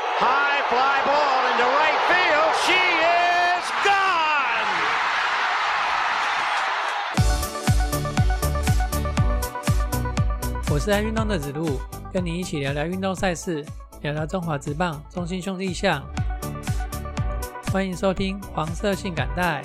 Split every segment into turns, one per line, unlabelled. High fly ball into right field. She is gone.
我是爱运动的子路，跟你一起聊聊运动赛事，聊聊中华职棒、中心兄弟象。欢迎收听黄色性感带。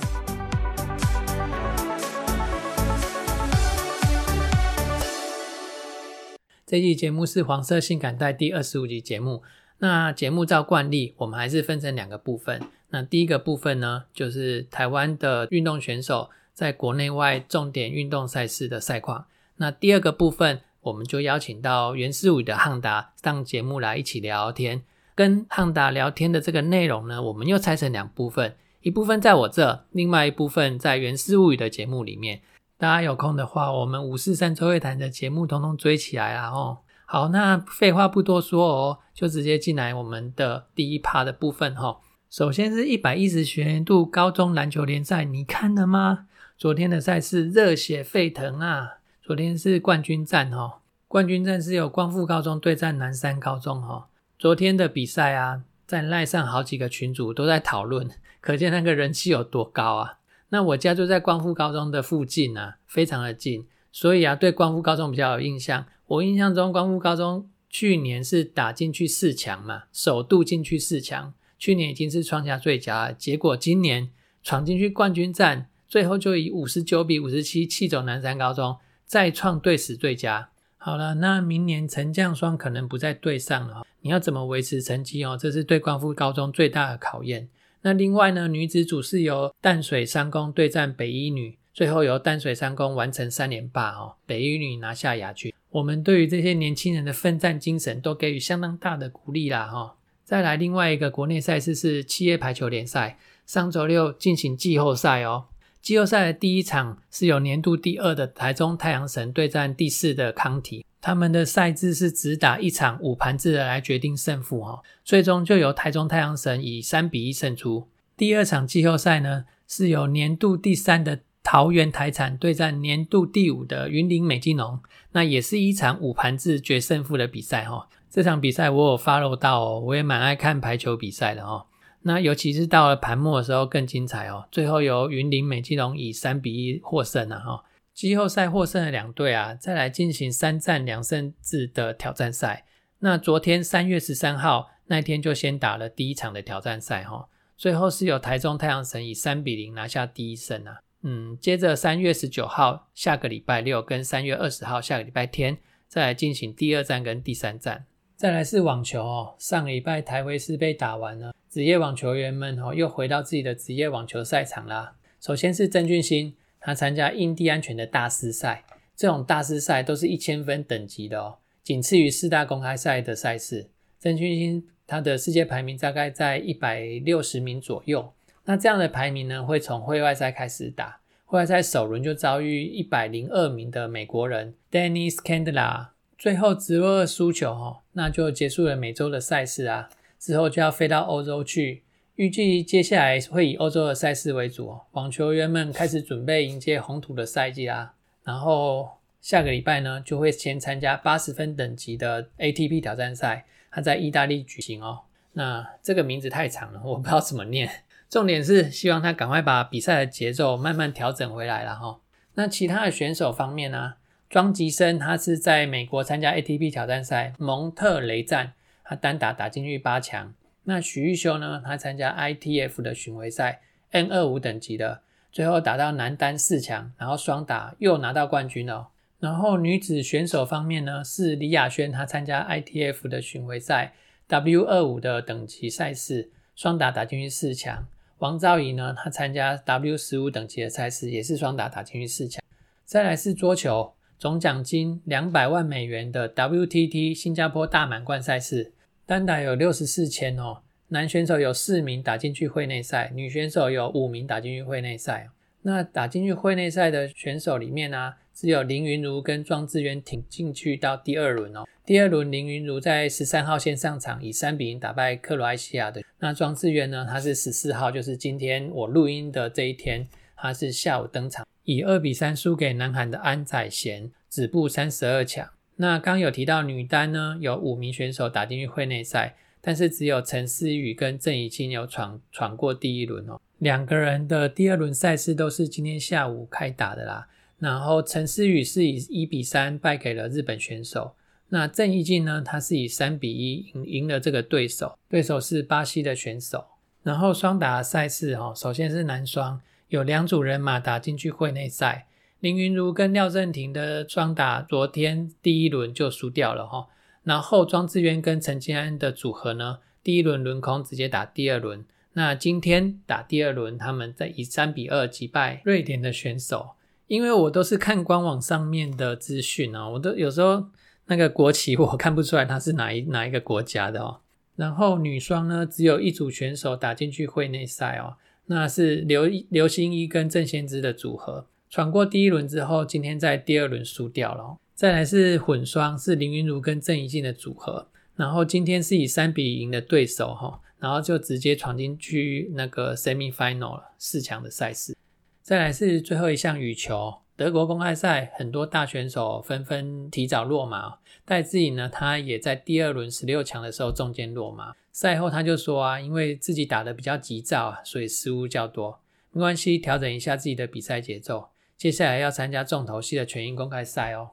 这期节目是黄色性感带第二十五集节目。那节目照惯例，我们还是分成两个部分。那第一个部分呢，就是台湾的运动选手在国内外重点运动赛事的赛况。那第二个部分，我们就邀请到原四五的汉达上节目来一起聊天。跟汉达聊天的这个内容呢，我们又拆成两部分，一部分在我这，另外一部分在原四物语的节目里面。大家有空的话，我们五四三周会谈的节目统统追起来啦哦。好，那废话不多说哦，就直接进来我们的第一趴的部分哈、哦。首先是一百一十学年度高中篮球联赛，你看了吗？昨天的赛事热血沸腾啊！昨天是冠军战哦，冠军战是有光复高中对战南山高中哦。昨天的比赛啊，在赖上好几个群组都在讨论，可见那个人气有多高啊。那我家就在光复高中的附近啊，非常的近，所以啊，对光复高中比较有印象。我印象中，光复高中去年是打进去四强嘛，首度进去四强，去年已经是创下最佳了，结果今年闯进去冠军战，最后就以五十九比五十七气走南山高中，再创队史最佳。好了，那明年陈将双可能不在队上了哦，你要怎么维持成绩哦？这是对光复高中最大的考验。那另外呢，女子组是由淡水三公对战北一女，最后由淡水三公完成三连霸哦，北一女拿下亚军。我们对于这些年轻人的奋战精神都给予相当大的鼓励啦哈、哦。再来另外一个国内赛事是七叶排球联赛，上周六进行季后赛哦。季后赛的第一场是由年度第二的台中太阳神对战第四的康体，他们的赛制是只打一场五盘制的来决定胜负哦，最终就由台中太阳神以三比一胜出。第二场季后赛呢，是由年度第三的桃园台产对战年度第五的云林美金农，那也是一场五盘制决胜负的比赛哦。这场比赛我有 follow 到哦，我也蛮爱看排球比赛的哦。那尤其是到了盘末的时候更精彩哦，最后由云林美基隆以三比一获胜了、哈。季后赛获胜的两队啊，再来进行三战两胜制的挑战赛。那昨天三月十三号那天就先打了第一场的挑战赛哈、最后是由台中太阳神以三比零拿下第一胜啊。嗯，接着三月十九号下个礼拜六跟三月二十号下个礼拜天再来进行第二站跟第三站。再来是网球哦，上礼拜台维斯杯打完了，职业网球员们哦又回到自己的职业网球赛场啦。首先是郑俊兴，他参加印第安拳的大师赛，这种大师赛都是一千分等级的哦，仅次于四大公开赛的赛事。郑俊兴他的世界排名大概在一百六十名左右，那这样的排名呢会从会外赛开始打，会外赛首轮就遭遇一百零二名的美国人 Dennis Candela，最后直落二输球哦，那就结束了每周的赛事啊。之后就要飞到欧洲去，预计接下来会以欧洲的赛事为主哦。网球员们开始准备迎接红土的赛季啦。然后下个礼拜呢，就会先参加八十分等级的 ATP 挑战赛，它在意大利举行哦。那这个名字太长了，我不知道怎么念。重点是希望他赶快把比赛的节奏慢慢调整回来了哈、那其他的选手方面呢、庄吉生他是在美国参加 ATP 挑战赛蒙特雷站，他单打打进去八强。那许玉修呢，他参加 ITF 的巡回赛 N 二五等级的，最后打到男单四强，然后双打又拿到冠军哦。然后女子选手方面呢，是李雅轩，她参加 ITF 的巡回赛 W 二五的等级赛事，双打打进去四强。王兆怡呢，她参加 W 十五等级的赛事，也是双打打进去四强。再来是桌球，总奖金两百万美元的 WTT 新加坡大满贯赛事，单打有六十四签哦。男选手有四名打进去会内赛，女选手有五名打进去会内赛。哦那打进去会内赛的选手里面呢、啊，只有林云如跟庄智渊挺进去到第二轮哦。第二轮林云如在十三号线上场，以三比零打败克罗埃西亚的。那庄智渊呢，他是十四号，就是今天我录音的这一天，他是下午登场，以二比三输给南韩的安宰贤，止步三十二强。那刚有提到女单呢，有五名选手打进去会内赛，但是只有陈思雨跟郑怡清有闯闯过第一轮哦。两个人的第二轮赛事都是今天下午开打的啦。然后陈思雨是以一比三败给了日本选手，那郑怡静呢，他是以三比一赢赢了这个对手，对手是巴西的选手。然后双打赛事哦，首先是男双，有两组人马打进去会内赛。林云如跟廖振廷的双打，昨天第一轮就输掉了哈、哦。然后庄智渊跟陈金安的组合呢，第一轮轮空直接打第二轮。那今天打第二轮，他们在以三比二击败瑞典的选手。因为我都是看官网上面的资讯啊，我都有时候那个国旗我看不出来它是哪一哪一个国家的哦。然后女双呢，只有一组选手打进去会内赛哦，那是刘刘星一跟郑先知的组合，闯过第一轮之后，今天在第二轮输掉了、哦。再来是混双，是林云如跟郑怡静的组合，然后今天是以三比赢的对手哈、哦，然后就直接闯进去那个 semi final 了，四强的赛事。再来是最后一项羽球，德国公开赛很多大选手纷纷提早落马。哦戴资颖呢，他也在第二轮十六强的时候中间落马。赛后他就说啊，因为自己打得比较急躁啊，所以失误较多。没关系，调整一下自己的比赛节奏。接下来要参加重头戏的全英公开赛哦。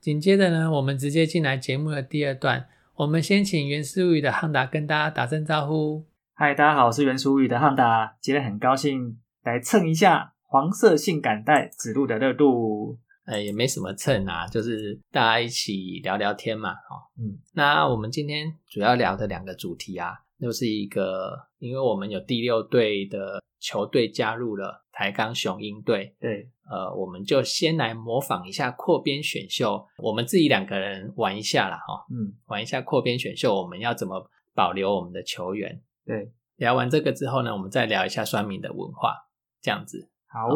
紧接着呢，我们直接进来节目的第二段。我们先请袁思雨的汉达跟大家打声招呼。
嗨，大家好，我是袁淑宇的汉达，今天很高兴来蹭一下黄色性感带指路的热度。
呃，也没什么蹭啊，就是大家一起聊聊天嘛，哦，
嗯，
那我们今天主要聊的两个主题啊，就是一个，因为我们有第六队的球队加入了台钢雄鹰队，
对，
呃，我们就先来模仿一下扩编选秀，我们自己两个人玩一下啦，哈、哦，
嗯，
玩一下扩编选秀，我们要怎么保留我们的球员？
对，
聊完这个之后呢，我们再聊一下酸民的文化，这样子。
好，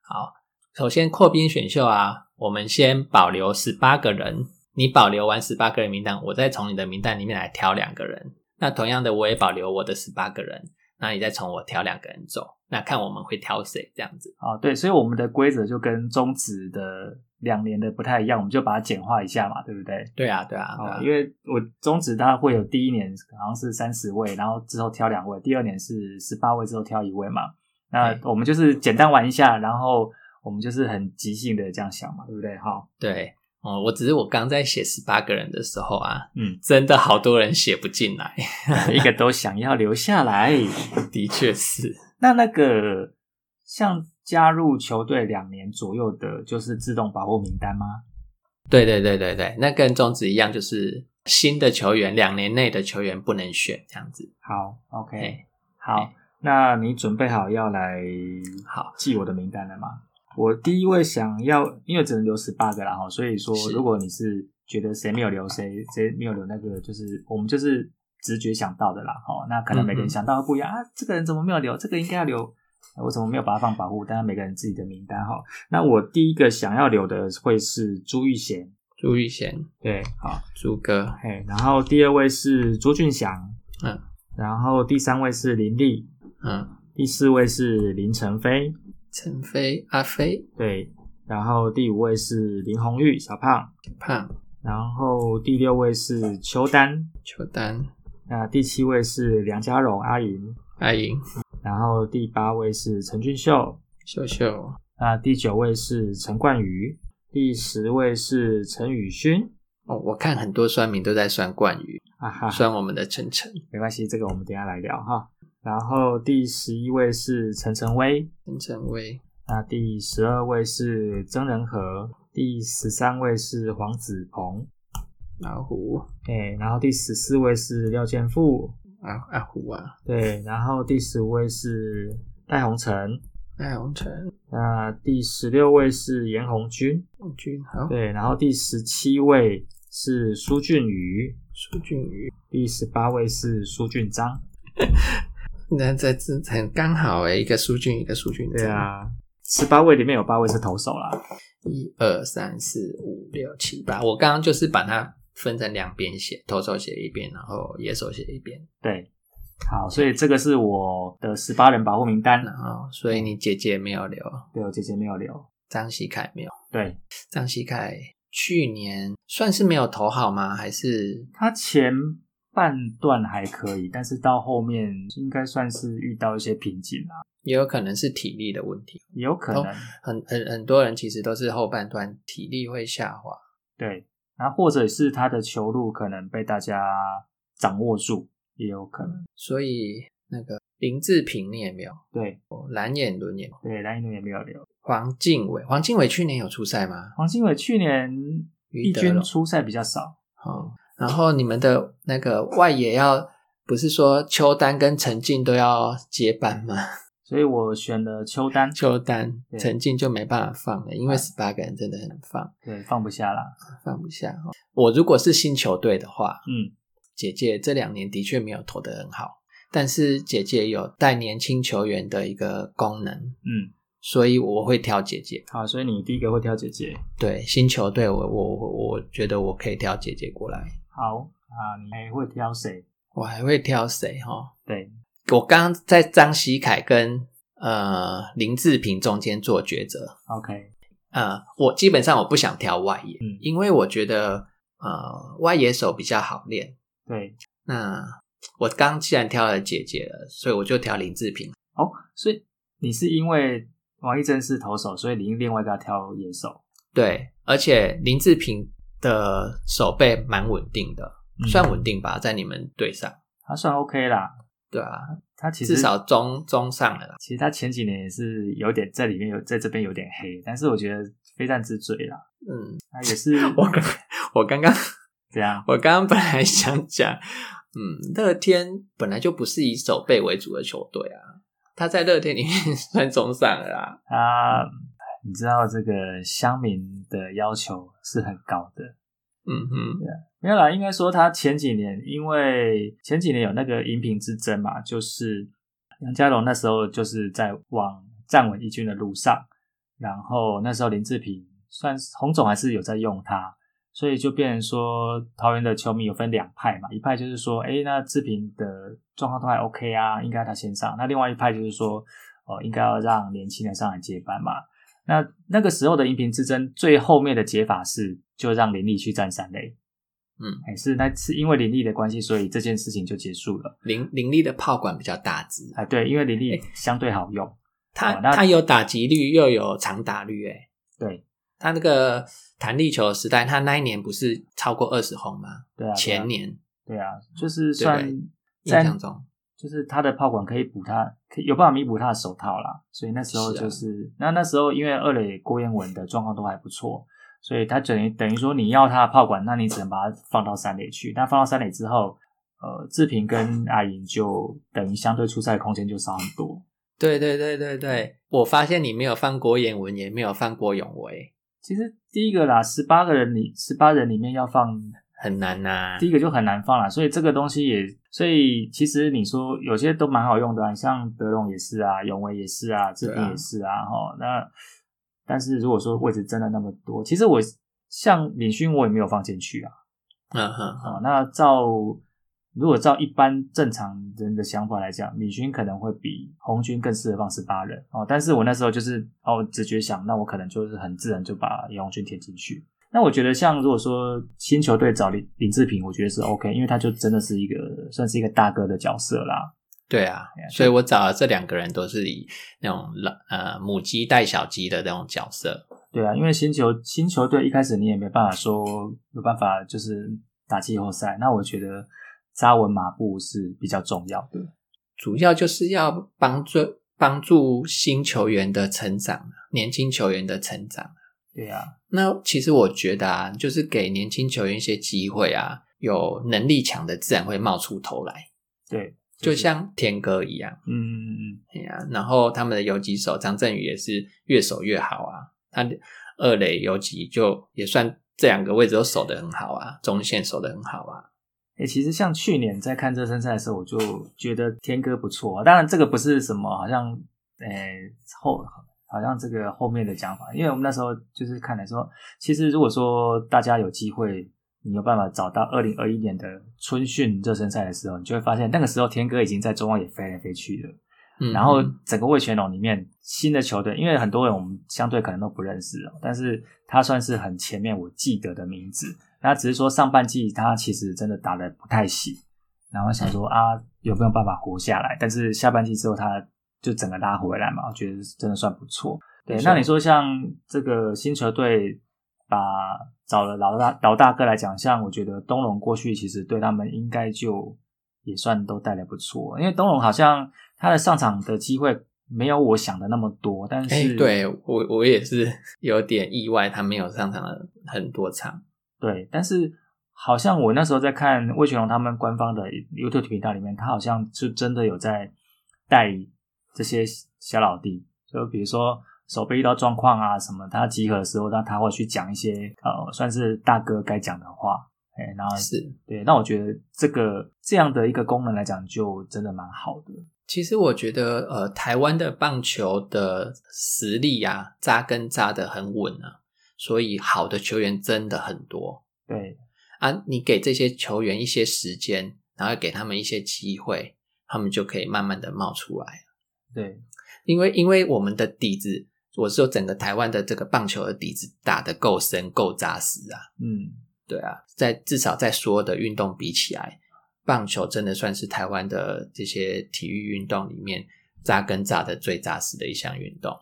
好，首先扩编选秀啊，我们先保留十八个人，你保留完十八个人名单，我再从你的名单里面来挑两个人。那同样的，我也保留我的十八个人，那你再从我挑两个人走，那看我们会挑谁这样子。
哦，对，所以我们的规则就跟中职的两年的不太一样，我们就把它简化一下嘛，对不对？
对啊，对啊，对
哦
啊，，
因为我中职它会有第一年好像是三十位，然后之后挑两位，第二年是十八位之后挑一位嘛。那
对
我们就是简单玩一下，然后我们就是很即兴的这样想嘛，对不对？好，
对，哦、我只是我刚在写十八个人的时候啊，，
嗯
真的好多人写不进来，
每一个都想要留下来。
的确是，
那那个像加入球队两年左右的，就是自动保护名单吗？
对对对对对，那跟中职一样，就是新的球员两年内的球员不能选这样子。
好，OK，
哎，
好，那你准备好要来
好，
记我的名单了吗？我第一位想要，因为只能留十八个啦哈，所以说
是
如果你是觉得谁没有留谁，谁没有留那个，就是我们就是直觉想到的啦哈。那可能每个
嗯嗯
人想到的不一样、啊，这个人怎么没有留？这个应该要留，我怎么没有把它放保护？当然每个人自己的名单哈。那我第一个想要留的会是朱玉贤，
朱玉贤、
对，好，
朱哥，
嘿，然后第二位是朱俊祥，
嗯，
然后第三位是林立，
嗯，
第四位是林晨飞，
陈飞、阿飞、
对，然后第五位是林红玉小胖，
胖、
然后第六位是邱丹，
邱丹、
那第七位是梁家荣阿银，
阿莹、
然后第八位是陈俊秀，
秀秀、
那第九位是陈冠宇，第十位是陈宇勋，
哦，我看很多酸民都在酸冠宇，
啊哈，
酸我们的晨晨、
没关系，这个我们等一下来聊哈。然后第十一位是陈晨威，
陈晨威、
那第十二位是曾仁和，第十三位是黄子鹏，
老虎、
哎，然后第十四位是廖建富，
阿阿虎啊、
对，然后第十五位是戴宏成，
赖鸿成、
那第十六位是严红军，
孟君豪、
对，然后第十七位是苏俊宇，
苏俊宇，
第十八位是苏俊章，
那这这很刚好欸诶，一个苏俊，一个苏俊。
对，啊，十八位里面有八位是投手啦，
一二三四五六七八，我刚刚就是把它分成两边写，投手写一边，然后野手写一边。
对，好，所以这个是我的十八人保护名单。
然后，所以你姐姐没有留，
对我姐姐没有留。
张喜凯没有。
对
张喜凯去年算是没有投好吗？还是
他前半段还可以，但是到后面应该算是遇到一些瓶颈啦，
也有可能是体力的问题？
也有可能、
哦很很很多人其实都是后半段体力会下滑。
对，然后或者是他的球路可能被大家掌握住，也有可能。
所以那个林志平你也没有，哦
对
蓝眼轮也没有，
对，蓝一伦也没有留。
黄敬伟，黄敬伟去年有出赛吗？
黄兴伟去年
余
一
德
军
龙
出赛比较少，
哦，然后你们的那个外野要不是说邱丹跟陈静都要接班吗？
所以我选了邱丹，
邱丹、
对
陈静就没办法放了，因为十八个人真的很放
对，放不下啦。
放不下、哦。我如果是新球队的话，
嗯，
姐姐这两年的确没有投得很好，但是姐姐有带年轻球员的一个功能，
嗯，
所以我会挑姐姐。
好，所以你第一个会挑姐姐。
对新球队我，我我我觉得我可以挑姐姐过来，
好啊，你还会挑谁？
我还会挑谁哈、哦？
对，
我刚刚在张喜凯跟呃林志平中间做抉择。
OK，
呃，我基本上我不想挑外野，
嗯
因为我觉得呃外野手比较好练。
对，
那我刚既然挑了姐姐了，所以我就挑林志平。
哦，所以你是因为王一真是投手，所以你另外一个要挑野手。
对，而且林志平的手背蛮稳定的，
嗯
算稳定吧，在你们队上，
他算 OK 啦，
对啊，
他其实
至少中中上了啦。
其实他前几年也是有点在里面有在这边有点黑，但是我觉得非战之罪啦，
嗯，
他也是 啊
我刚我刚刚
这样
我刚刚本来想讲，嗯，乐天本来就不是以守备为主的球队啊，他在乐天里面 算中上了啦。
他。你知道这个乡民的要求是很高的，
嗯哼，
没有啦，应该说他前几年因为前几年有那个荧屏之争嘛，就是杨家龙那时候就是在往站稳一军的路上，然后那时候林志平算是洪总还是有在用他，所以就变成说桃园的球迷有分两派嘛，一派就是说，哎，那志平的状况都还 OK 啊，应该他先上；那另外一派就是说，哦，应该要让年轻人上来接班嘛。那那个时候的荧屏之争，最后面的解法是就让林立去站三垒。
嗯，
哎，是那是因为林立的关系，所以这件事情就结束了。
林林立的炮管比较大只，
啊，对，因为林
哎
立相对好用，
他
哦那
他有打击率又有长打率、欸，
对
他那个弹力球时代，他那一年不是超过二十轰吗？
对啊，
前年
对啊，就是算
对印
在
象中，
就是他的炮管可以补他，可以有办法弥补他的手套啦。所以那时候
是啊
就是那那时候因为二垒郭彦文的状况都还不错，所以他等于等于说你要他的炮管，那你只能把它放到三垒去。但放到三垒之后，呃，志平跟阿银就等于相对出赛空间就少很多。
对对对对对，我发现你没有放郭彦文，也没有放郭永维，
其实第一个啦，十八个人里十八人里面要放
很难呐、
第一个就很难放了，所以这个东西也，所以其实你说有些都蛮好用的、啊，像德龙也是啊，永维也是啊，志
对啊
平也是啊，哈、那但是如果说位置真的那么多，其实我像敏勋我也没有放进去啊，
嗯哼哼，
哦，那照如果照一般正常人的想法来讲，敏勋可能会比红军更适合放十八人哦。但是我那时候就是哦，直觉想，那我可能就是很自然就把杨红军填进去。那我觉得像如果说新球队找林林志平，我觉得是 OK，因为他就真的是一个算是一个大哥的角色啦。
对啊
对啊，
所以我找的这两个人都是以那种老呃母鸡带小鸡的那种角色，
对啊，因为新球新球队一开始你也没办法说有办法就是打季后赛，那我觉得扎稳马步是比较重要的。
主要就是要帮助帮助新球员的成长，啊年轻球员的成长。
对啊，
那其实我觉得啊，就是给年轻球员一些机会啊，有能力强的自然会冒出头来，
对，
就是像天哥一样，
嗯嗯嗯嗯。
哎呀、然后他们的游击手张振宇也是越守越好啊，他二垒游击就也算这两个位置都守得很好啊，中线守得很好啊，
诶、其实像去年在看热身赛的时候，我就觉得天哥不错、啊。当然，这个不是什么好像，诶、后好像这个后面的讲法，因为我们那时候就是看来说，其实如果说大家有机会你有办法找到二零二一年的春训热身赛的时候，你就会发现那个时候天哥已经在中外也飞来飞去了。
嗯
然后整个味全龙里面新的球队，因为很多人我们相对可能都不认识哦，但是他算是很前面我记得的名字。那只是说上半季他其实真的打得不太行，然后想说
嗯
啊有没有办法活下来？但是下半季之后他就整个拉回来嘛，我觉得真的算不错。对，
没错
那你说像这个新球队把找了老大老大哥来讲，像我觉得东龙过去其实对他们应该就也算都带来不错，因为东龙好像他的上场的机会没有我想的那么多，但
哎、
是
对我我也是 有点意外，他没有上场了很多场。
对，但是好像我那时候在看魏全龙他们官方的 YouTube 频道里面，他好像就真的有在带这些小老弟，就比如说手背遇到状况啊什么，他集合的时候，那他会去讲一些呃算是大哥该讲的话，哎、然后
是，
对，那我觉得这个这样的一个功能来讲，就真的蛮好的。
其实我觉得呃，台湾的棒球的实力啊，扎根扎得很稳啊，所以好的球员真的很多
对，
啊。你给这些球员一些时间，然后给他们一些机会，他们就可以慢慢的冒出来。
对，
因为因为我们的底子，我是说整个台湾的这个棒球的底子打得够深够扎实啊，
嗯，
对啊，在至少在所有的运动比起来，棒球真的算是台湾的这些体育运动里面扎根扎的最扎实的一项运动。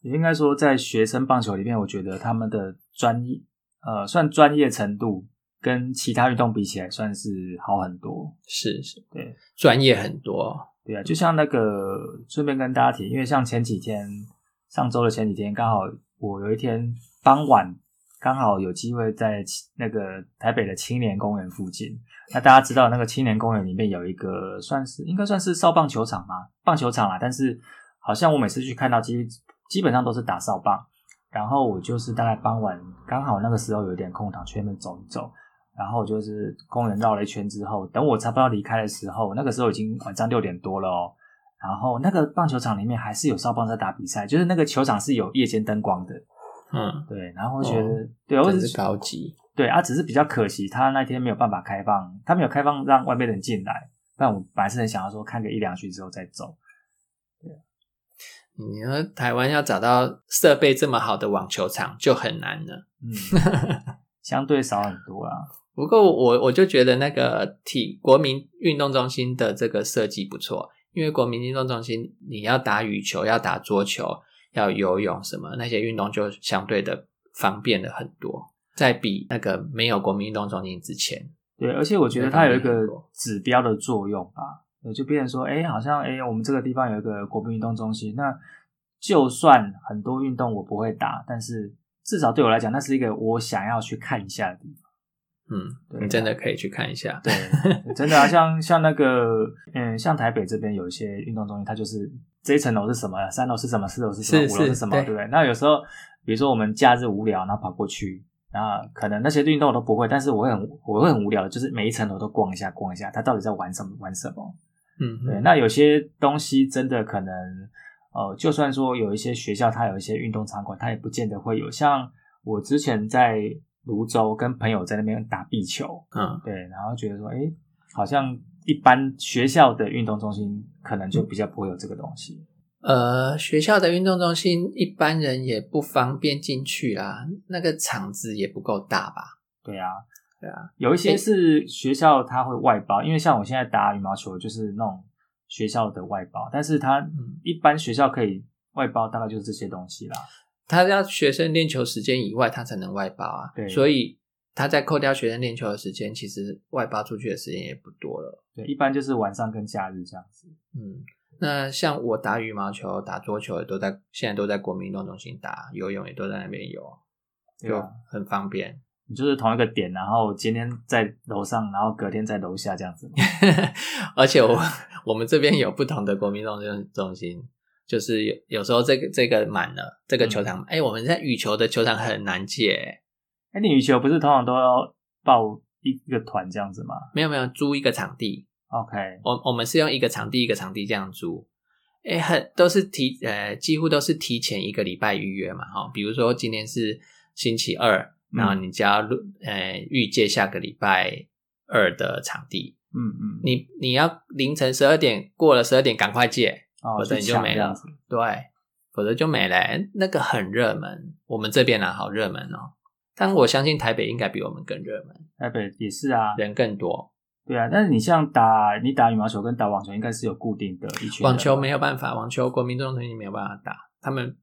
也应该说，在学生棒球里面，我觉得他们的专业，呃，算专业程度跟其他运动比起来，算是好很多。
是是，
对，
专业很多，
对啊，就像那个，顺便跟大家提，因为像前几天，上周的前几天，刚好我有一天傍晚，刚好有机会在青那个台北的青年公园附近。那大家知道，那个青年公园里面有一个算是应该算是少棒球场嘛，棒球场啦。但是好像我每次去看到基基本上都是打少棒，然后我就是大概傍晚刚好那个时候有一点空档，去那边走一走。然后我就是公园绕了一圈之后，等我差不多离开的时候，那个时候已经晚上六点多了哦。然后那个棒球场里面还是有少棒在打比赛，就是那个球场是有夜间灯光的。
嗯，
对，然后我觉得、
哦
对，我
真
只
是高级。
对啊，只是比较可惜，他那天没有办法开放，他没有开放让外面人进来。不然我本来是很想要说看个一两局之后再走。
你说台湾要找到设备这么好的网球场就很难了。
嗯，相对少很多啊啦。
不过我我就觉得那个体国民运动中心的这个设计不错，因为国民运动中心你要打羽球、要打桌球、要游泳什么那些运动就相对的方便了很多，在比那个没有国民运动中心之前，
对，而且我觉得
对
它有一
方便
个
很多
指标的作用吧，对，就变成说，哎，好像哎，诶我们这个地方有一个国民运动中心，那就算很多运动我不会打，但是至少对我来讲，那是一个我想要去看一下的地方。
嗯，
对
你真的可以去看一下。
对，真的啊，像像那个，嗯，像台北这边有一些运动中心，它就是这一层楼是什么，啊三楼是什么，四楼是什么，
是
五楼
是
是什么，
对
对不对？那有时候，比如说我们假日无聊，然后跑过去，然后可能那些运动我都不会，但是我会很我会很无聊的，就是每一层楼都逛一下逛一下，它到底在玩什么玩什么？
嗯，
对，那有些东西真的可能，呃，就算说有一些学校它有一些运动场馆，它也不见得会有。像我之前在泸州跟朋友在那边打壁球，
嗯，
对，然后觉得说，哎，好像一般学校的运动中心可能
嗯
就比较不会有这个东西。
呃，学校的运动中心一般人也不方便进去啦，那个场子也不够大吧？
对啊，
对啊，
有一些
诶
是学校它会外包，因为像我现在打羽毛球就是那种学校的外包，但是它
嗯
一般学校可以外包，大概就是这些东西啦。
他要学生练球时间以外，他才能外包啊。
对
所以他在扣掉学生练球的时间，其实外包出去的时间也不多了。
对，一般就是晚上跟假日这样子。
嗯，那像我打羽毛球、打桌球也都在，现在都在国民运动中心打，游泳也都在那边游，
对
就
啊
很方便。
你就是同一个点，然后今天在楼上，然后隔天在楼下这 样子吗。
而且我 我们这边有不同的国民运动中心，就是有有时候这个这个满了，这个球
嗯
场，哎、我们在羽球的球场很难借，
哎、你羽球不是通常都要报一个团这样子吗
没有没有租一个场地，
？OK，
我我们是用一个场地一个场地这样租，哎，很都是提呃，几乎都是提前一个礼拜预约嘛，哈、比如说今天是星期二，
嗯
然后你只要录呃预借下个礼拜二的场地，
嗯嗯，
你你要凌晨十二点过了十二点赶快借，
哦，
否则
去
你就
抢
没
这样
了
子，，
对，否则就没了、那个很热门，我们这边呢、好热门哦，但我相信台北应该比我们更热门，
台北也是啊，
人更多。
对啊，但是你像打你打羽毛球跟打网球，应该是有固定的一群人吧。
网球没有办法，网球国民运动中心没有办法打，他们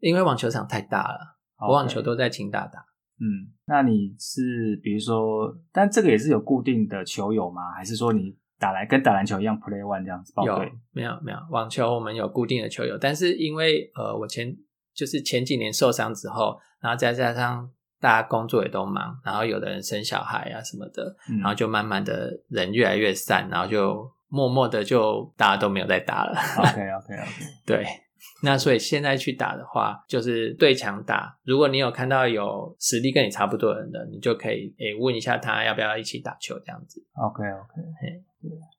因为网球场太大了，
OK，
我网球都在清大打。
嗯，那你是比如说，但这个也是有固定的球友吗？还是说你打来跟打篮球一样 play one 这样子报
有
队？
没有没有网球我们有固定的球友，但是因为呃我前就是前几年受伤之后，然后再加上大家工作也都忙，然后有的人生小孩啊什么的，
嗯
然后就慢慢的人越来越散，然后就默默的就大家都没有再打了。
OK OK OK，
对，那所以现在去打的话，就是对强打。如果你有看到有实力跟你差不多的人的，你就可以诶问一下他要不要一起打球这样子。
OK OK，
嘿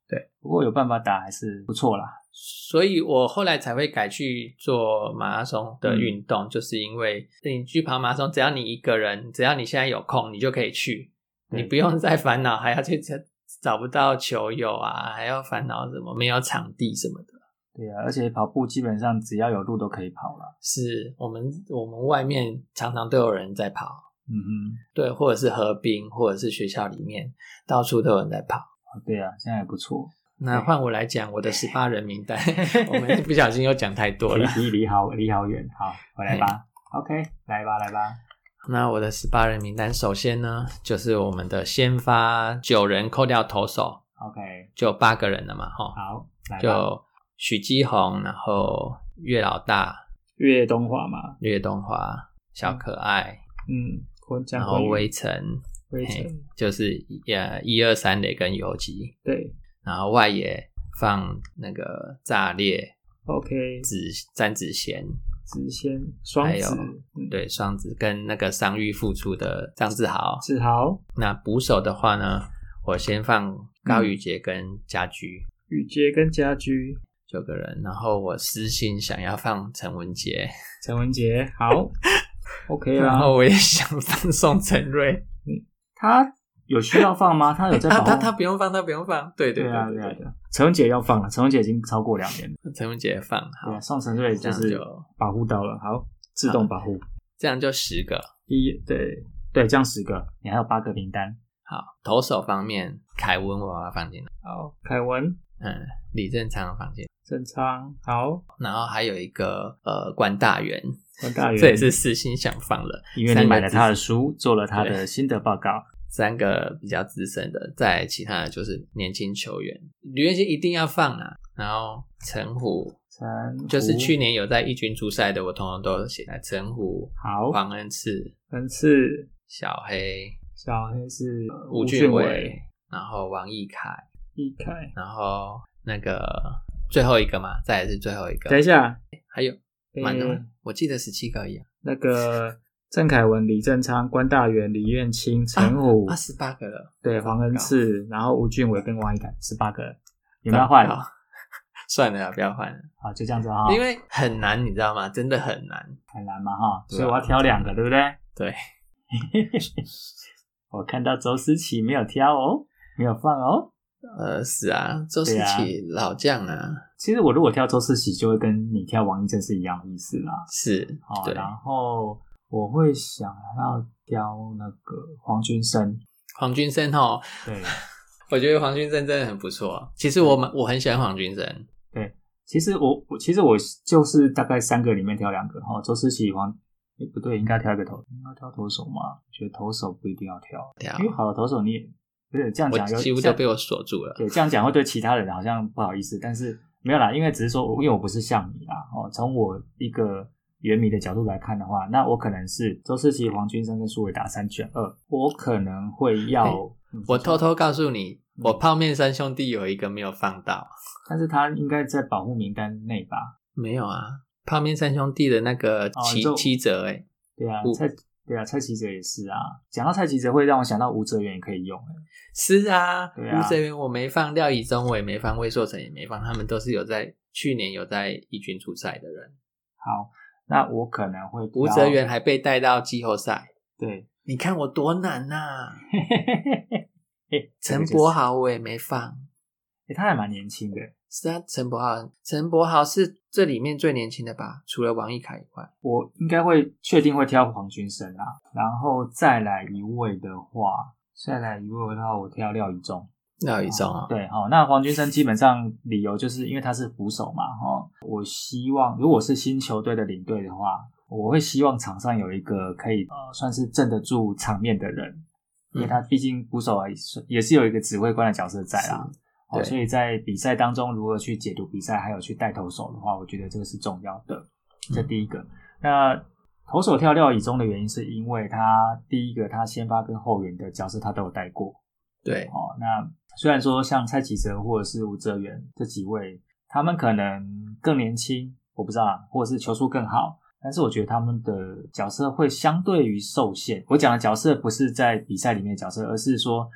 对，啊不过有办法打还是不错啦。
所以我后来才会改去做马拉松的运动，就是因为你去跑马拉松，只要你一个人，只要你现在有空，你就可以去，
对
你不用再烦恼还要去找找不到球友啊，还要烦恼什么没有场地什么的。
对啊，而且跑步基本上只要有路都可以跑啦。
是我们我们外面常常都有人在跑，
嗯
对，或者是河滨，或者是学校里面，到处都有人在跑。
哼，对啊，现在也不错。
那换我来讲我的十八人名单，我们不小心又讲太多
离
了。
离离好离好远，好，回来吧。OK，来吧来吧。
那我的十八人名单，首先呢就是我们的先发九人扣掉投手，
OK，
就八个人了嘛，哈，
好，来吧。
就许基宏，然后岳老大、
岳东华嘛，
岳东华、小可爱，
嗯，我
然
讲
后微尘，
微
嘿
尘，
就是呃一二三垒跟游击，
对
然后外野放那个炸裂、
，OK，
子詹子贤，
子先双
还有
子，嗯
对，双子跟那个伤愈复出的张志豪，
志豪、
那捕手的话呢，我先放高宇杰跟家驹
雨杰跟家居，
九个人，然后我私心想要放陈文杰，
陈文杰，好，OK 啊
然
啦。
后我也想放宋承瑞，
他有需要放吗？他有在
他
保
他
护
他不用放，他不用放，对
对啊
对
对啊对啊，陈文杰要放了，陈文杰已经超过两年了。
对，陈文杰放好
对啊，，宋承瑞
这
就
样
是
就
保护到了，好，自动保护。
这样就十个。
一对对，这样十个，你还有八个名单。
好，投手方面，凯文我要放进来，
好，凯文
嗯，李正昌放进
正昌，好，
来，然后还有一个呃关大元，
关大元，
这也是私心想放了，
因为你买了
三个
他
资
的书，做了他的
对
心得报告。
三个比较资深的，再其他的就是年轻球员，吕彦希一定要放啊。然后陈虎
陈
就是
胡
去年有在一军出赛的，我通通都有写在陈虎、
好，
黄恩赐、
恩赐
小黑、
小黑是
吴俊
俊
伟，然后王毅凯，
易凯。
然后那个最后一个嘛，再也是最后一个，
等一下，
还有蛮多
呃，
我记得十七个而已啊，
那个郑凯文、李正昌、关大元、李彦清、陈虎
二，十八个了，
对黄恩赐，然后吴俊伟跟王一凯，十八个，有没有
糟
换？
糕哦 算了啦，不要换了，
好，就这样子哈，
因为很难，你知道吗？真的很难。
很难嘛哈，
对啊
所以我要挑两个，对 不对？
对，
我看到周思琪没有挑哦，没有放哦。
呃，是啊，周思
对啊
琪老将啊，
其实我如果挑周思琪，就会跟你挑王一正是一样的意思啦。
是，
哦，
对，
然后我会想要挑那个黄君生，
黄君生哦，
对。
我觉得黄君生真的很不错。其实我蛮我很喜欢黄君生，
其实我我其实我就是大概三个里面挑两个哦哈，周思琪、黄，诶不对，应该挑一个投，应该挑投手嘛？我觉得投手不一定要挑，
对啊
因为好的投手你也不是这样讲
我
有，
几乎
这
都
样
被我锁住了。
对这样讲会对其他人好像不好意思，但是没有啦，因为只是说，因为我不是像你啦哦，从我一个原迷的角度来看的话，那我可能是周思琪、黄君生跟苏伟达三选二，我可能会要、
哎
嗯
我偷，偷告诉你，我泡面三兄弟有一个没有放到，
但是他应该在保护名单内吧？
没有啊。泡面三兄弟的那个
哦你
七、
说
七折哎、
对啊
不，
蔡对啊，蔡奇哲也是啊。讲到蔡奇哲，会让我想到吴哲源也可以用、欸。
是啊，
对啊
吴哲源我没放，廖以中我也没放，魏硕成也没放，他们都是有在去年有在一军出赛的人。
好，那我可能会挑
吴哲源还被带到季后赛，
对，
你看我多难呐、
哎，
陈柏
豪、
豪我也没放，
哎他还蛮年轻的。
是啊，陈柏豪，陈柏豪是这里面最年轻的吧？除了王一凯以外，
我应该会确定会挑黄君生啦，然后再来一位的话，再来一位的话，我挑廖以中。
廖宇中啊，
哦对，好、那黄君生基本上理由就是因为他是捕手嘛，哈、我希望如果是新球队的领队的话，我会希望场上有一个可以呃算是镇得住场面的人，
嗯
因为他毕竟捕手还是也是有一个指挥官的角色在啦。哦，
对
所以在比赛当中如何去解读比赛，还有去带投手的话，我觉得这个是重要的。这第一个。那投手跳廖以中的原因，是因为他第一个他先发跟后援的角色他都有带过，
对
哦，那虽然说像蔡启哲或者是吴哲源这几位，他们可能更年轻，我不知道啊，或者是球速更好，但是我觉得他们的角色会相对于受限。我讲的角色不是在比赛里面的角色，而是说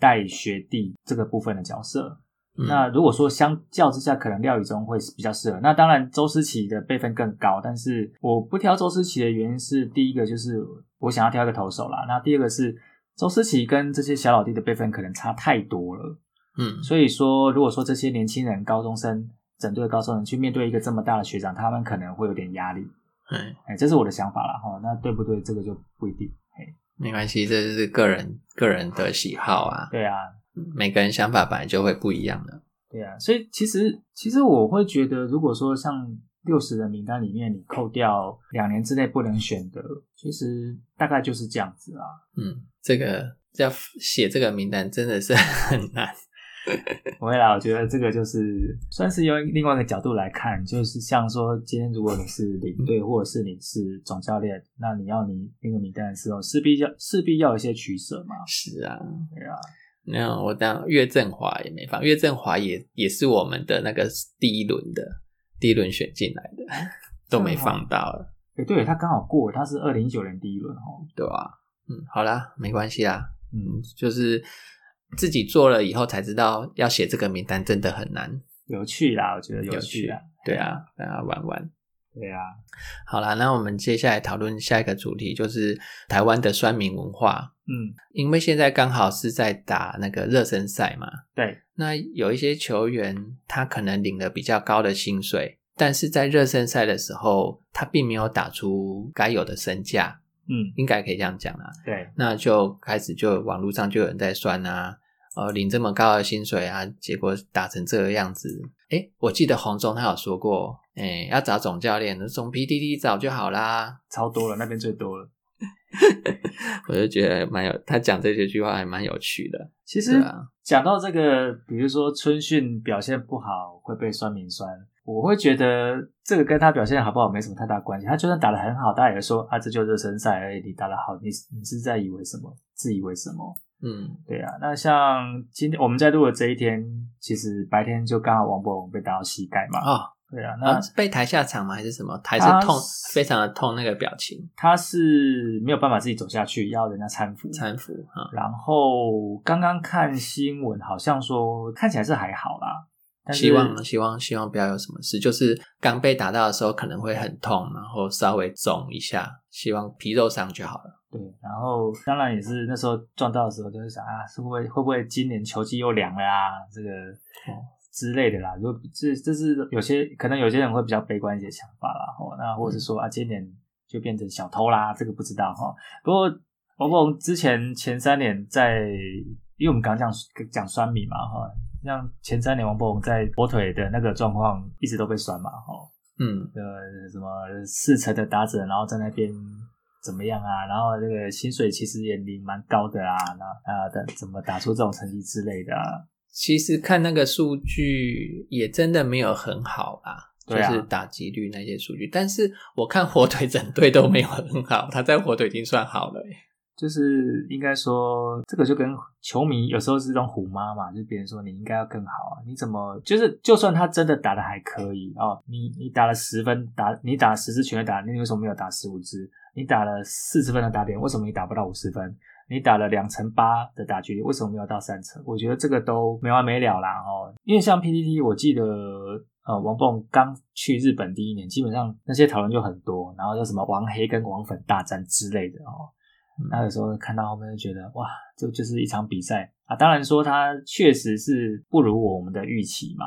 带学弟这个部分的角色。
嗯
那如果说相较之下，可能廖宇中会比较适合。那当然，周思琪的辈分更高，但是我不挑周思琪的原因是，第一个就是我想要挑一个投手啦，那第二个是周思琪跟这些小老弟的辈分可能差太多了。
嗯
所以说，如果说这些年轻人、高中生、整队的高中生去面对一个这么大的学长，他们可能会有点压力。
嗯，
哎，这是我的想法啦，哈，那对不对？这个就不一定。哎，
没关系，这是个人个人的喜好啊，
对啊，
每个人想法本来就会不一样的。
对啊，所以其实其实我会觉得，如果说像六十人名单里面，你扣掉两年之内不能选的，其实大概就是这样子啦。啊
嗯，这个要写这个名单真的是很难。
不会啦，我觉得这个就是算是用另外一个角度来看，就是像说，今天如果你是领队或者是你是总教练，那你要你那个名单的时候，势必要势必要有一些取舍嘛。
是啊，
对啊，
那我当岳振华也没放，岳振华也也是我们的那个第一轮的第一轮选进来的， 都没放到了，
诶对他刚好过，他是二零一九年第一轮哦。
对吧、嗯，好啦，没关系啦，
嗯，
就是自己做了以后才知道要写这个名单真的很难。
有趣啦，我觉得有趣啦。
对啊，大家玩玩。
对啊，
好啦，那我们接下来讨论下一个主题，就是台湾的酸民文化。
嗯，
因为现在刚好是在打那个热身赛嘛，
对，
那有一些球员他可能领了比较高的薪水，但是在热身赛的时候，他并没有打出该有的身价，
嗯，
应该可以这样讲啦。
对，
那就开始就网络上就有人在酸啊，呃，领这么高的薪水啊，结果打成这个样子。诶，我记得洪忠他有说过，诶，要找总教练，总 PDD 找就好啦。
超多了，那边最多了。
我就觉得蛮有，他讲这些句话还蛮有趣的。
其实
对啊，
讲到这个，比如说春训表现不好会被酸民酸，我会觉得这个跟他表现好不好没什么太大关系。他就算打得很好，大家也会说啊，这就热身赛而已，你打得好，你你是在以为什么？自以为什么？
嗯，
对啊，那像今天我们在录的这一天，其实白天就刚好王博文被打到膝盖嘛。
哦，
对啊，那
啊、是被抬下场吗？还是什么？还是
他
痛
是，
非常的痛那个表情，
他是没有办法自己走下去，要人家搀扶。
搀扶啊，
然后刚刚看新闻，好像说看起来是还好啦，但是
希望希望希望不要有什么事。就是刚被打到的时候可能会很痛，然后稍微肿一下，希望皮肉伤就好了。
对，然后当然也是那时候撞到的时候，就是想啊，是会不会会不会今年球季又凉了啊，这个、
哦
之类的啦。如果这这是有些可能有些人会比较悲观一些想法啦，哦，那或者是说啊，今年就变成小偷啦，这个不知道哈、哦。不过王博之前前三年在，因为我们刚讲讲酸米嘛哈、哦，像前三年王博在火腿的那个状况一直都被酸嘛哈、哦，
嗯，
呃什么四成的打者，然后在那边怎么样啊？然后这个薪水其实也领蛮高的啊，然后啊的怎么打出这种成绩之类的啊？
其实看那个数据也真的没有很好啦。就
对啊
是打击率那些数据，但是我看火腿整队都没有很好，他在火腿已经算好了、欸。
就是应该说，这个就跟球迷有时候是一种虎妈嘛，就别人说你应该要更好啊，你怎么就是就算他真的打的还可以哦，你你打了十分，打你打十支全垒打，你为什么没有打十五支？你打了四十分的打点，为什么你打不到五十分？你打了两成八的打击率，为什么没有到三成？我觉得这个都没完没了啦哦，因为像 PPT，我记得呃王蹦刚去日本第一年，基本上那些讨论就很多，然后就什么王黑跟王粉大战之类的哦。那有时候看到后面就觉得哇，这就是一场比赛啊。当然说他确实是不如我们的预期嘛。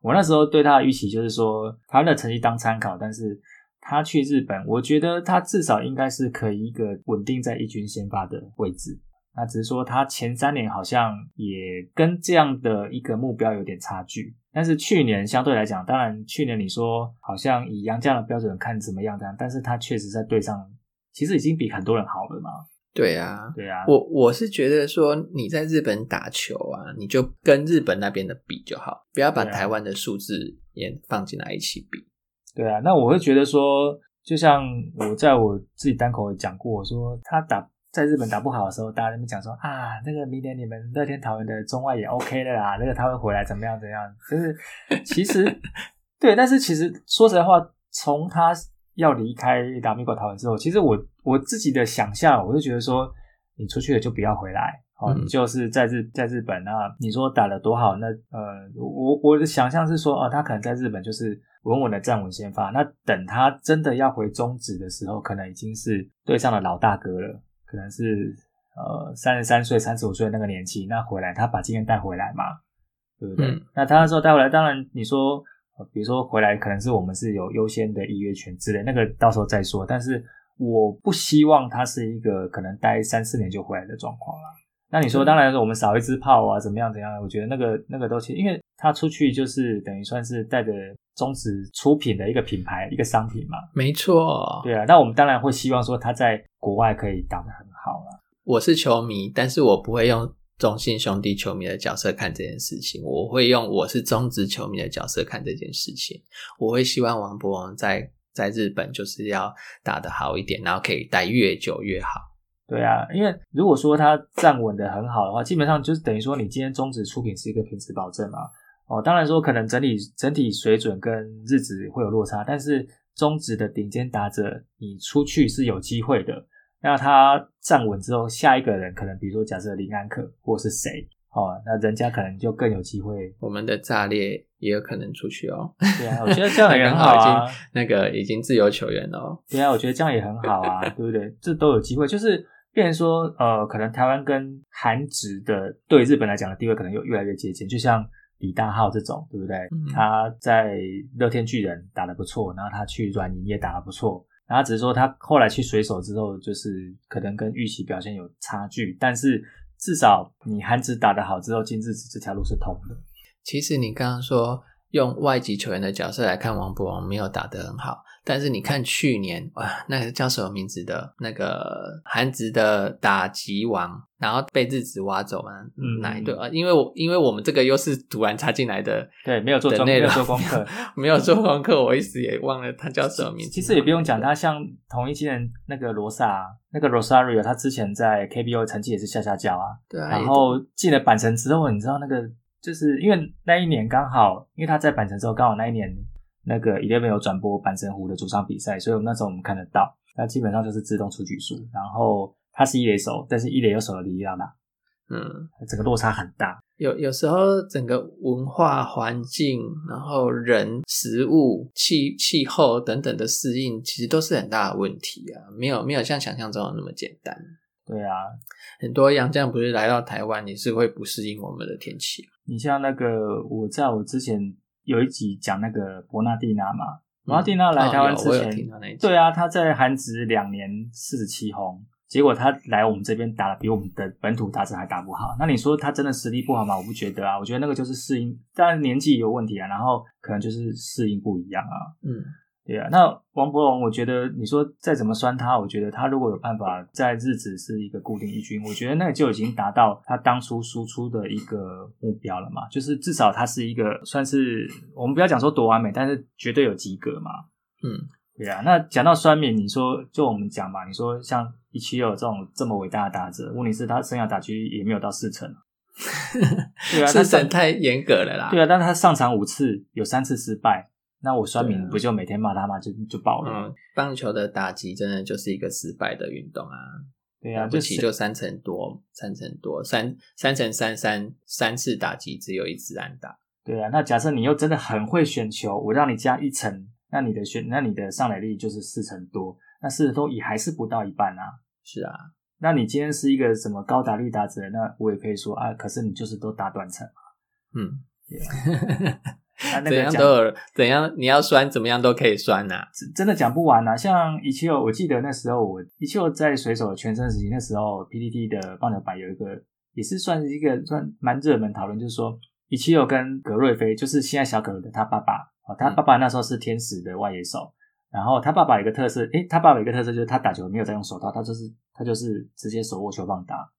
我那时候对他的预期就是说，台湾的成绩当参考，但是他去日本，我觉得他至少应该是可以一个稳定在一军先发的位置。那只是说他前三年好像也跟这样的一个目标有点差距，但是去年相对来讲，当然去年你说好像以杨家的标准看怎么样这样，但是他确实在队上其实已经比很多人好了嘛。
对啊，
对啊，
我我是觉得说你在日本打球啊，你就跟日本那边的比就好，不要把
对啊
台湾的数字也放进来一起比。
对啊，那我会觉得说，就像我在我自己单口讲过，我说他打在日本打不好的时候，大家在那边讲说啊，那个明年你们乐天桃园的中外也 OK 的啦，那个他会回来怎么样怎么样，就是其实对，但是其实说实在话，从他要离开达米果桃园之后，其实我我自己的想象，我就觉得说，你出去了就不要回来。哦，
嗯
你就是在日在日本那、你说打的多好，那呃，我我的想象是说，哦，他可能在日本就是稳稳的站稳先发，那等他真的要回中职的时候，可能已经是队上的老大哥了，可能是呃三十三岁、三十五岁那个年纪，那回来他把经验带回来嘛，对不对？
嗯
那他那时候带回来，当然你说，呃比如说回来可能是我们是有优先的预约权之类，那个到时候再说。但是我不希望他是一个可能待三四年就回来的状况啦。那你说，当然我们少一支炮啊，怎么样怎样？我觉得那个那个都其实，因为他出去就是等于算是带着中职出品的一个品牌一个商品嘛。
没错，
对啊，那我们当然会希望说他在国外可以打得很好啦。
我是球迷，但是我不会用中信兄弟球迷的角色看这件事情，我会用我是中职球迷的角色看这件事情。我会希望王博王在在日本就是要打得好一点，然后可以待越久越好。
对啊，因为如果说他站稳的很好的话，基本上就是等于说你今天中止出品是一个品质保证嘛。哦，当然说可能整体整体水准跟日职会有落差，但是中职的顶尖打者，你出去是有机会的。那他站稳之后，下一个人可能比如说假设林安可或是谁，哦，那人家可能就更有机会。
我们的炸裂也有可能出去哦。
对啊，我觉得这样也 很
刚
好
好
啊
已。经那个已经自由球员了哦。
对啊，我觉得这样也很好啊，对不对？这都有机会，就是变成说，呃，可能台湾跟韩职的对日本来讲的地位可能又越来越接近，就像李大浩这种，对不对？
嗯
他在乐天巨人打得不错，然后他去软银也打得不错，然后只是说他后来去水手之后，就是可能跟预期表现有差距，但是至少你韩职打得好之后，进日职这条路是通的。
其实你刚刚说用外籍球员的角色来看王博王没有打得很好，但是你看去年哇，那个叫什么名字的那个韩职的打击王，然后被日职挖走嘛，
嗯
哪一队啊？因为我因为我们这个又是突然插进来的，
对，没有做
的
功没
内
有
容
做功课。
没有做功课，我一时也忘了他叫什么名字。
其实也不用讲，他像同一期人那个罗萨，那个 Rosario，他之前在 KBO 成绩也是下下脚啊。
对啊，
然后进了板城之后，你知道那个就是因为那一年刚好，因为他在板城之后刚好那一年那个 Eleven 有转播板城湖的主场比赛，所以我们那时候我们看得到，那基本上就是自动出局数。然后他是一垒手，但是一垒又守了里亚纳，
嗯。
整个落差很大。
有有时候整个文化环境，然后人、食物、气气候等等的适应，其实都是很大的问题啊，没有没有像想象中的那么简单。
对啊，
很多洋将不是来到台湾，也是会不适应我们的天气。啊
你像那个我在我之前有一集讲那个伯纳蒂娜嘛，伯纳蒂娜来
哦
台湾
有
之
我有
前，
听到那一集
对啊，他在韩职两年四十七轰，结果他来我们这边打的比我们的本土打者还打不好。那你说他真的实力不好吗？我不觉得啊，我觉得那个就是适应，当然年纪有问题啊，然后可能就是适应不一样啊。
嗯，
对啊，那王博龙，我觉得你说再怎么酸他，我觉得他如果有办法在日子是一个固定一军，我觉得那个就已经达到他当初输出的一个目标了嘛。就是至少他是一个算是我们不要讲说多完美，但是绝对有及格嘛。
嗯，
对啊。那讲到酸敏，你说就我们讲嘛，你说像一七六这种这么伟大的打者，问题是他生涯打击也没有到 四成，对啊，他
是
上
神太严格了啦。
对啊，但他上场五次有三次失败，那我酸
对
敏
啊
不就每天骂他嘛，就就爆了。
嗯，棒球的打击真的就是一个失败的运动啊，
对啊，
了不
就
起
是
就三成多，三成多，三三乘三三三次打击只有一次安打。
对啊。那假设你又真的很会选球，我让你加一层，那你的选那你的上垒率就是四成多，那四成多也还是不到一半啊。
是啊，
那你今天是一个什么高达利达者，那我也可以说啊，可是你就是都打短程嘛。
嗯，
那那
怎
个
样
讲
都有，怎样你要酸怎么样都可以酸呐、
真真的讲不完啊。像一丘，我记得那时候我一丘在水手全盛时期，那时候 PDD 的棒球版有一个也是算是一个算蛮热门讨论，就是说一丘跟葛瑞飞，就是现在小葛的他爸爸哦，他爸爸那时候是天使的外野手。然后他爸爸有一个特色，诶，他爸爸有一个特色就是他打球没有在用手套，他就是他就是直接手握球棒打。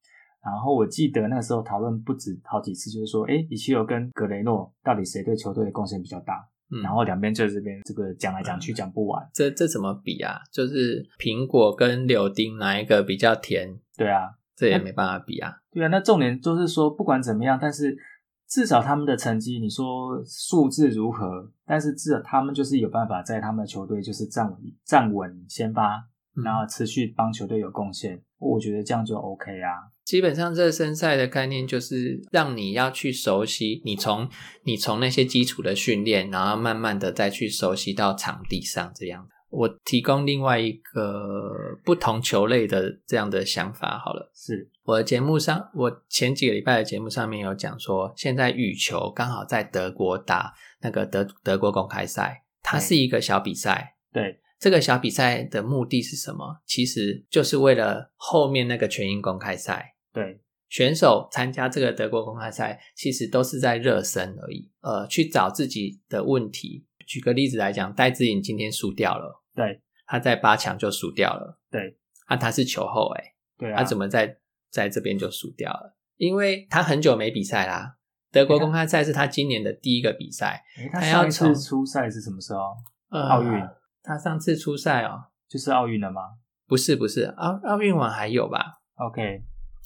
然后我记得那个时候讨论不止好几次，就是说，诶，伊奇尤跟格雷诺到底谁对球队的贡献比较大？
嗯，
然后两边就这边这个讲来讲去讲不完。
这这怎么比啊？就是苹果跟柳丁哪一个比较甜？
对啊，
这也没办法比啊。
对啊。那重点就是说，不管怎么样，但是至少他们的成绩，你说数字如何，但是至少他们就是有办法在他们的球队就是站稳站稳先发，
嗯
然后持续帮球队有贡献。我觉得这样就 OK 啊。
基本上热身赛的概念就是让你要去熟悉，你从你从那些基础的训练，然后慢慢的再去熟悉到场地上这样。我提供另外一个不同球类的这样的想法好了。
是，
我的节目上，我前几个礼拜的节目上面有讲说，现在羽球刚好在德国打那个德德国公开赛，它是一个小比赛。
对，
这个小比赛的目的是什么？其实就是为了后面那个全英公开赛。
对，
选手参加这个德国公开赛，其实都是在热身而已，呃，去找自己的问题。举个例子来讲，戴资颖今天输掉了，
对，
他在八强就输掉了，
对，
啊，他是球后、欸，
对啊。
他怎么在在这边就输掉了？因为他很久没比赛啦。德
啊
国公开赛是他今年的第一个比赛，
诶他
还要
上一次
哎从
出赛是什么时候？
呃
奥运
他上次出赛哦，
就是奥运了吗
不是不是，奥奥运完还有吧？
？OK，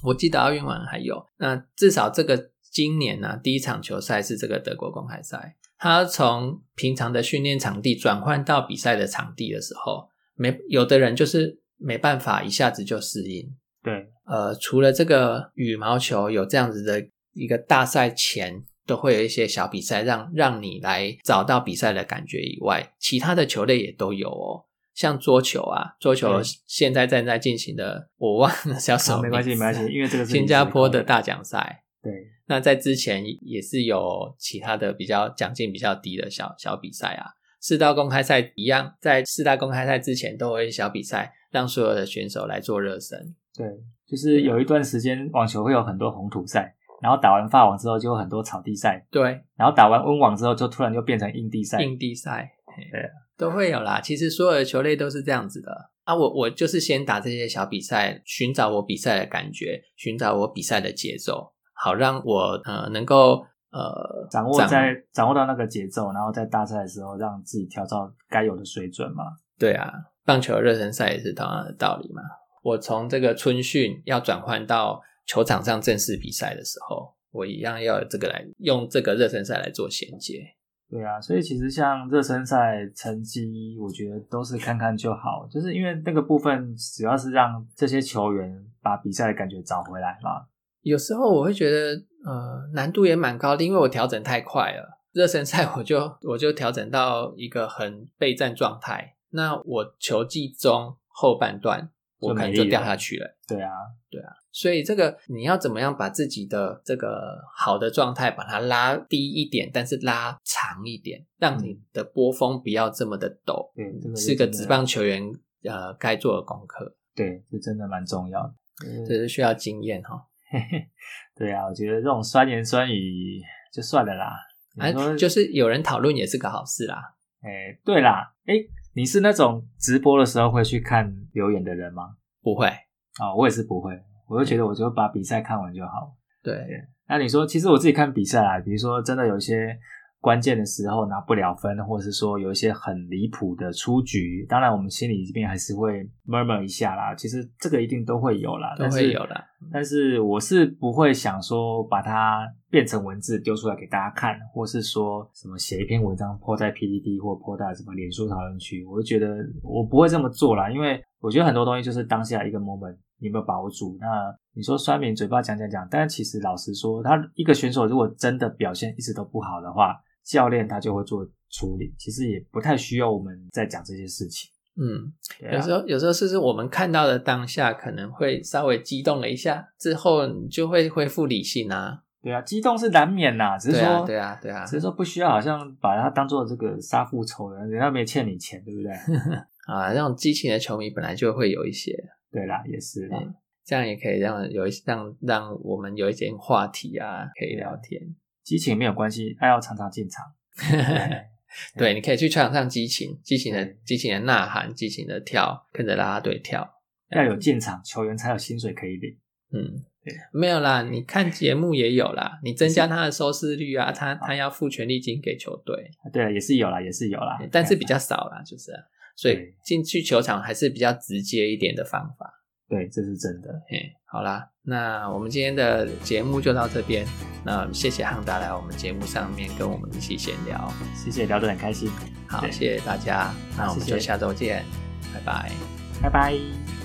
我记得奥运完还有。那至少这个今年呢、第一场球赛是这个德国公开赛，他要从平常的训练场地转换到比赛的场地的时候，没有的人就是没办法一下子就适应，
对，
呃，除了这个羽毛球有这样子的一个大赛前，都会有一些小比赛让让你来找到比赛的感觉以外，其他的球类也都有哦。像桌球啊，桌球
对
现在正在进行的，我忘了叫什
好，
么、
没关系，没关系，。因为这个是
新加坡的
历史考
大奖赛，
虑对
那在之前也是有其他的比较奖金比较低的小小比赛啊。四大公开赛一样，在四大公开赛之前都有一些小比赛，让所有的选手来做热身。
对，就是有一段时间网球会有很多红土赛，然后打完发网之后就有很多草地赛，
对，
然后打完温网之后就突然就变成硬地赛。
硬地赛，嘿
对啊
都会有啦。其实所有的球类都是这样子的啊。我我就是先打这些小比赛，寻找我比赛的感觉，寻找我比赛的节奏，好让我呃能够呃
掌握在掌握到那个节奏，然后在大赛的时候让自己调到该有的水准嘛。
对啊，棒球热身赛也是同样的道理嘛。我从这个春训要转换到球场上正式比赛的时候，我一样要有这个来用这个热身赛来做衔接。
对啊，所以其实像热身赛成绩，我觉得都是看看就好，就是因为那个部分主要是让这些球员把比赛的感觉找回来嘛。
有时候我会觉得，呃，难度也蛮高的，因为我调整太快了。热身赛 我就我就调整到一个很备战状态，那我球季中后半段我可能就掉下去了。
对啊，
所以这个你要怎么样把自己的这个好的状态把它拉低一点，但是拉长一点，让你的波峰不要这么的陡，
对，嗯这个
是个
真的
职棒球员呃该做的功课，
对，这真的蛮重要的。嗯
这是需要经验哈、
对啊，我觉得这种酸言酸语就算了啦。你
哎、
说
就是有人讨论也是个好事啦。
哎，对啦，哎，你是那种直播的时候会去看留言的人吗？
不会，
哦，我也是不会，我就觉得我就把比赛看完就好。
对，
那你说，其实我自己看比赛啊，比如说真的有一些关键的时候拿不了分，或者是说有一些很离谱的出局，当然我们心里这边还是会 murmur 一下啦。其实这个一定都会有啦，
都
但是
会有啦。
但是我是不会想说把它变成文字丢出来给大家看，或是说什么写一篇文章 po 在 PPT 或 po 在什么脸书讨论区，我就觉得我不会这么做啦，因为我觉得很多东西就是当下一个 moment，你有没有把握住？那你说酸民嘴巴讲讲讲，但其实老实说，他一个选手如果真的表现一直都不好的话，教练他就会做处理，其实也不太需要我们再讲这些事情。
嗯，
对啊
有时候有时候是不是我们看到的当下可能会稍微激动了一下，之后你就会恢复理性啊。
对啊，激动是难免啦，只是
对
说
啊，对啊，对啊
只。是说不需要好像把它当做这个杀父仇人，人家没欠你钱，对不对？
啊，那种激情的球迷本来就会有一些，
对啦，也是啦。
这样也可以让有一让让我们有一点话题啊，可以聊天。
激情没有关系，爱要常常进场。对
对，你可以去场上激情，激情的
对
激情的呐喊，激情的跳，跟着啦啦队跳。
要有进场，球员才有薪水可以领。
嗯
对，
没有啦，你看节目也有啦，你增加他的收视率啊，他他要付权利金给球队，嗯
对，啊也是有啦，也是有啦，哎
但是比较少啦，就是啊、所以
对
进去球场还是比较直接一点的方法。
对，这是真的。
嘿，好啦，那我们今天的节目就到这边。那谢谢汉达来我们节目上面跟我们一起闲聊，
谢谢，聊得很开心，
好，
对
谢谢大家，那我们
谢谢
就下周见，拜拜。
拜拜。